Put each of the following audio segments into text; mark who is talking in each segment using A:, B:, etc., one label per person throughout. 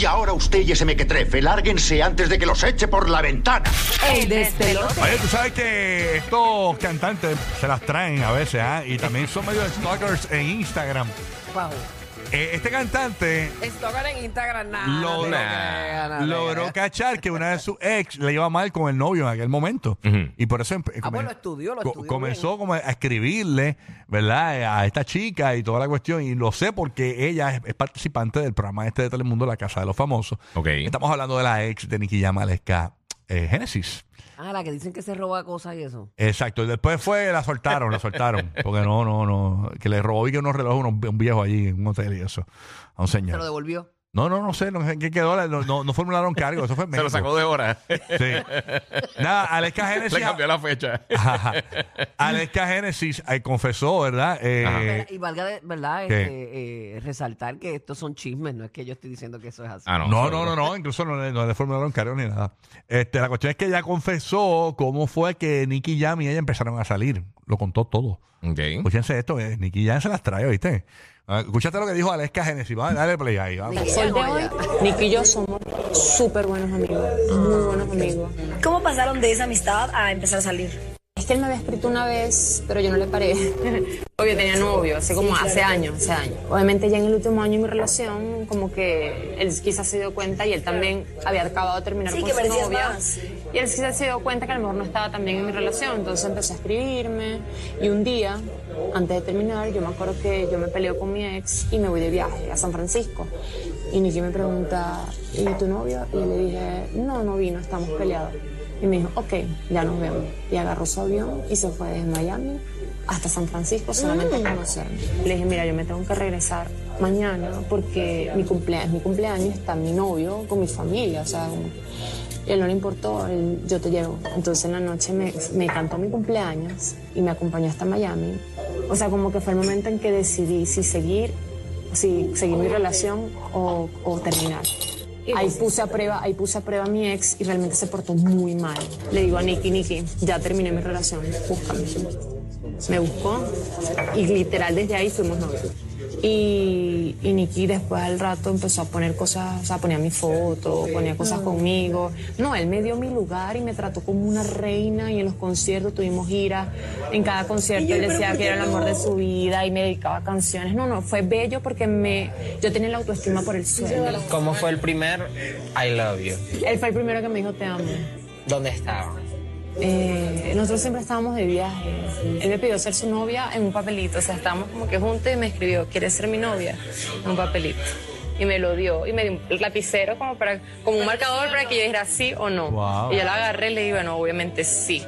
A: Y ahora usted y ese mequetrefe, lárguense antes de que los eche por la ventana.
B: El despelote.
C: Oye, tú sabes que estos cantantes se las traen a veces, ¿ah? Y también son medio stalkers en Instagram.
B: Wow.
C: Eh, este cantante
B: Stalker en Instagram, nada. no
C: lo-
B: te lo creas, no te
C: logró
B: creas.
C: cachar que una de sus ex le iba mal con el novio en aquel momento. Y por eso empe-
B: Ah, pues
C: comen-
B: lo estudió, lo
C: co-
B: estudió
C: comenzó como a escribirle, ¿verdad? Eh, A esta chica y toda la cuestión. Y lo sé porque ella es, es participante del programa este de Telemundo, La Casa de los Famosos.
D: Ok.
C: Estamos hablando de la ex de Nicky Yamalesca, eh, Génesis.
B: Ah, la que dicen que se roba cosas y eso.
C: Exacto, y después fue, la soltaron, la soltaron. Porque no, no, no. Que le robó y que unos relojes a unos- un viejo allí en un hotel y eso. A un
B: Se lo
C: señor.
B: devolvió.
C: No, no, no sé, no sé en qué quedó. la- No, no, no formularon cargo, eso fue en
D: Se lo
C: México.
D: sacó de hora.
C: Sí. Nada, Aleska Génesis.
D: Le cambió la fecha.
C: Ajá. Aleska Génesis eh, confesó, ¿verdad? Eh,
B: Espera, y valga, de, ¿verdad?
C: ¿Qué?
B: Este, eh, resaltar que estos son chismes, no es que yo estoy diciendo que eso es así.
D: Ah,
C: No, no, no, no, incluso no le, no le formularon cargo ni nada. Este, la cuestión es que ella confesó cómo fue que Nicky Jam y ella empezaron a salir. Lo contó todo.
D: no. Ok.
C: Escúchense esto, eh. Nicky Jam se las trae, ¿viste? Ah, Escúchate lo que dijo Aleska Genesis. Vamos, dale play ahí. Vamos.
E: sol de hoy, Nicky y yo somos súper buenos amigos, muy buenos amigos.
F: ¿Cómo pasaron de esa amistad a empezar a salir?
E: Es que él me había escrito una vez, pero yo no le paré. Porque yo tenía novio, hace como hace años, hace años. Obviamente ya en el último año de mi relación, como que él quizás se dio cuenta y él también había acabado de terminar
F: Sí,
E: con
F: que
E: su
F: merecías
E: novia.
F: más.
E: Y él quizás se dio cuenta que a lo mejor no estaba tan bien en mi relación, entonces empezó a escribirme. Y un día, antes de terminar, yo me acuerdo que yo me peleo con mi ex y me voy de viaje a San Francisco. Y Nicky me pregunta, ¿y tu novio? Y yo le dije, no, no vino, estamos peleados. Y me dijo, ok, ya nos vemos. Y agarró su avión y se fue desde Miami hasta San Francisco solamente a conocerme. Le dije, mira, yo me tengo que regresar mañana porque mi cumpleaños, mi cumpleaños está mi novio con mi familia, o sea, como- y él no le importó, él, yo te llevo. Entonces en la noche me, me cantó mi cumpleaños y me acompañó hasta Miami. O sea, como que fue el momento en que decidí si seguir, si seguir mi relación o, o terminar. Ahí puse a prueba, ahí puse a prueba a mi ex y realmente se portó muy mal. Le digo a Nicky, Nicky, ya terminé mi relación, búscame. Me buscó y literal desde ahí fuimos novios. Y, y Nicky después al rato empezó a poner cosas, o sea, ponía mi foto, ponía cosas conmigo. No, él me dio mi lugar y me trató como una reina y en los conciertos tuvimos giras. En cada concierto él decía que era el amor de su vida y me dedicaba canciones. No, no, fue bello porque me, yo tenía la autoestima por el suelo.
G: ¿Cómo fue el primer I love you?
E: Él fue el primero que me dijo te amo.
G: ¿Dónde estaba?
E: Eh, nosotros siempre estábamos de viaje. Él me pidió ser su novia en un papelito. O sea, estábamos como que juntos y me escribió, ¿quieres ser mi novia? En un papelito. Y me lo dio. Y me dio un lapicero como, para, como un marcador para que yo dijera sí o no.
C: Wow.
E: Y yo la agarré y le digo, no, obviamente sí.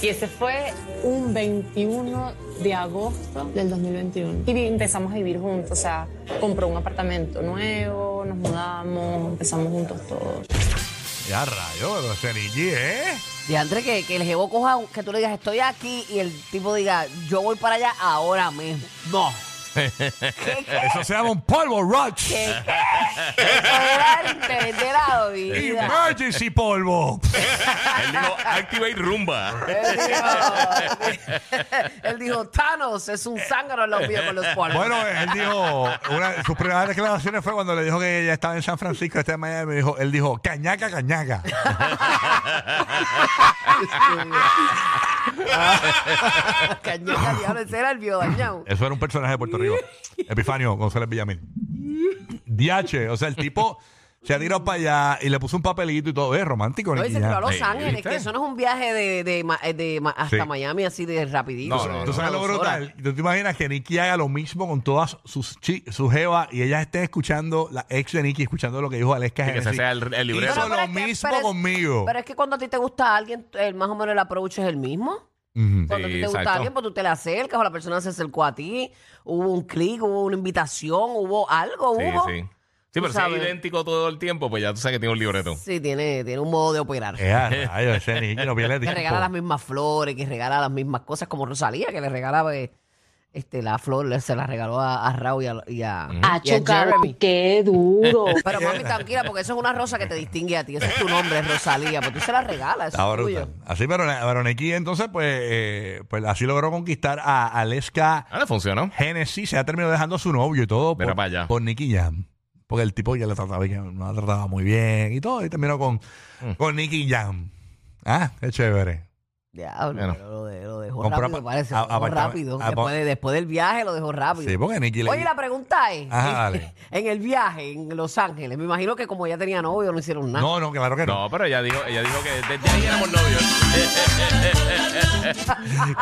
E: Y ese fue un 21 de agosto del 2021. Y vi- empezamos a vivir juntos. O sea, compró un apartamento nuevo, nos mudamos, empezamos juntos todos.
C: Ya rayo, pero ese Nicky, ¿eh?
B: Y André, que, que el jevo coja, un- que tú le digas, estoy aquí, y el tipo diga, yo voy para allá ahora mismo. No.
C: Eso se llama un polvo rush.
B: Que cobrarte de la vida.
C: Emergency polvo.
D: Él dijo, activate rumba.
B: Él dijo- Él dijo, Thanos es un zángano en los míos con los polvos.
C: Bueno, él dijo, una de sus primeras declaraciones fue cuando le dijo que ella estaba en San Francisco esta mañana y me dijo, él dijo, cañaca, cañaca.
D: Este,
B: Cañaca, diablo, ese era el viejo dañado.
C: Eso era un personaje de Puerto Rico. Epifanio González Villamil. Diache, o sea, el tipo se ha tirado para allá y le puso un papelito y todo. Es romántico,
B: Oye,
C: Nicky
B: se tiró a
C: Jam.
B: Los
D: Sí,
B: Ángeles,
C: ¿viste?
B: que eso no es un viaje de, de, ma- eh, de ma- hasta
C: Sí.
B: Miami así de rapidito.
D: No, no,
C: Tú sabes lo
B: Una dos horas.
C: brutal. ¿Tú te imaginas que Nicky haga lo mismo con todas sus chi- sus jevas y ellas estén escuchando, la ex de Nicky, escuchando lo que dijo Aleska
D: Y que se
C: Genesis?
D: sea el- el libreto.
C: Hizo
D: Pero
C: lo
B: es que-
C: mismo
B: pero es-
C: conmigo.
B: Pero es que cuando a ti te gusta alguien, el, más o menos el approach es el mismo.
C: Ujú.
B: Cuando a ti
D: Sí,
B: te gusta
D: exacto.
B: alguien, pues tú te le acercas o la persona se acercó a ti, hubo un clic, hubo una invitación, hubo algo,
D: Sí,
B: hubo.
D: sí. Sí, pero si es
B: sabes.
D: idéntico todo el tiempo, pues ya tú sabes que tiene un libreto.
B: Sí, tiene, tiene un modo de operar.
C: Eh, a rayos, ese niño no pierde
B: que
C: tiempo.
B: regala las mismas flores, que regala las mismas cosas, como Rosalía, que le regalaba eh, este, la flor, le- se la regaló a, a Raúl y a, y a-
H: Ah,
B: y a Jeremy.
H: qué duro.
B: Pero mami, tranquila, porque eso es una rosa que te distingue a ti. Ese es tu nombre, Rosalía. Pues tú se la regalas,
C: Está
B: eso es tuyo.
C: brutal. Así, pero Veronequi entonces, pues, eh, pues así logró conquistar a Aleska
D: Ah, le funcionó.
C: Genesis. Se ha terminado dejando a su novio y todo
D: Mira
C: por,
D: para allá.
C: por Nicky Jam. Porque el tipo ya la trataba, ya no la trataba muy bien y todo. Y terminó con,
D: Mm.
C: con Nicky Jam. Ah, qué chévere.
B: Diablo,
D: Bueno.
B: pero lo, de- lo dejó
C: Compró
B: rápido,
C: apa-
B: parece.
C: a-
B: Lo dejó
C: apartame-
B: rápido.
C: apa-
B: Después, de- después del viaje lo dejó rápido.
C: Sí, porque Nicky le-
B: Oye, la pregunta es,
C: Ajá, dale.
B: en el viaje, en Los Ángeles, me imagino que como ya tenía novio, no hicieron nada.
C: No, no, claro que no.
D: No, pero ella dijo, ella dijo que desde ahí éramos novios.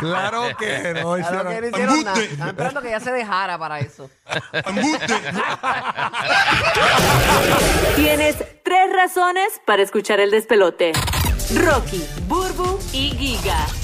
C: Claro que no.
B: Claro
C: hicieron-
B: que no hicieron nada.
C: ¡Embuste!
B: Estaba esperando que ya se dejara para eso.
H: Tienes tres razones para escuchar el despelote. Rocky, Burbu y Giga.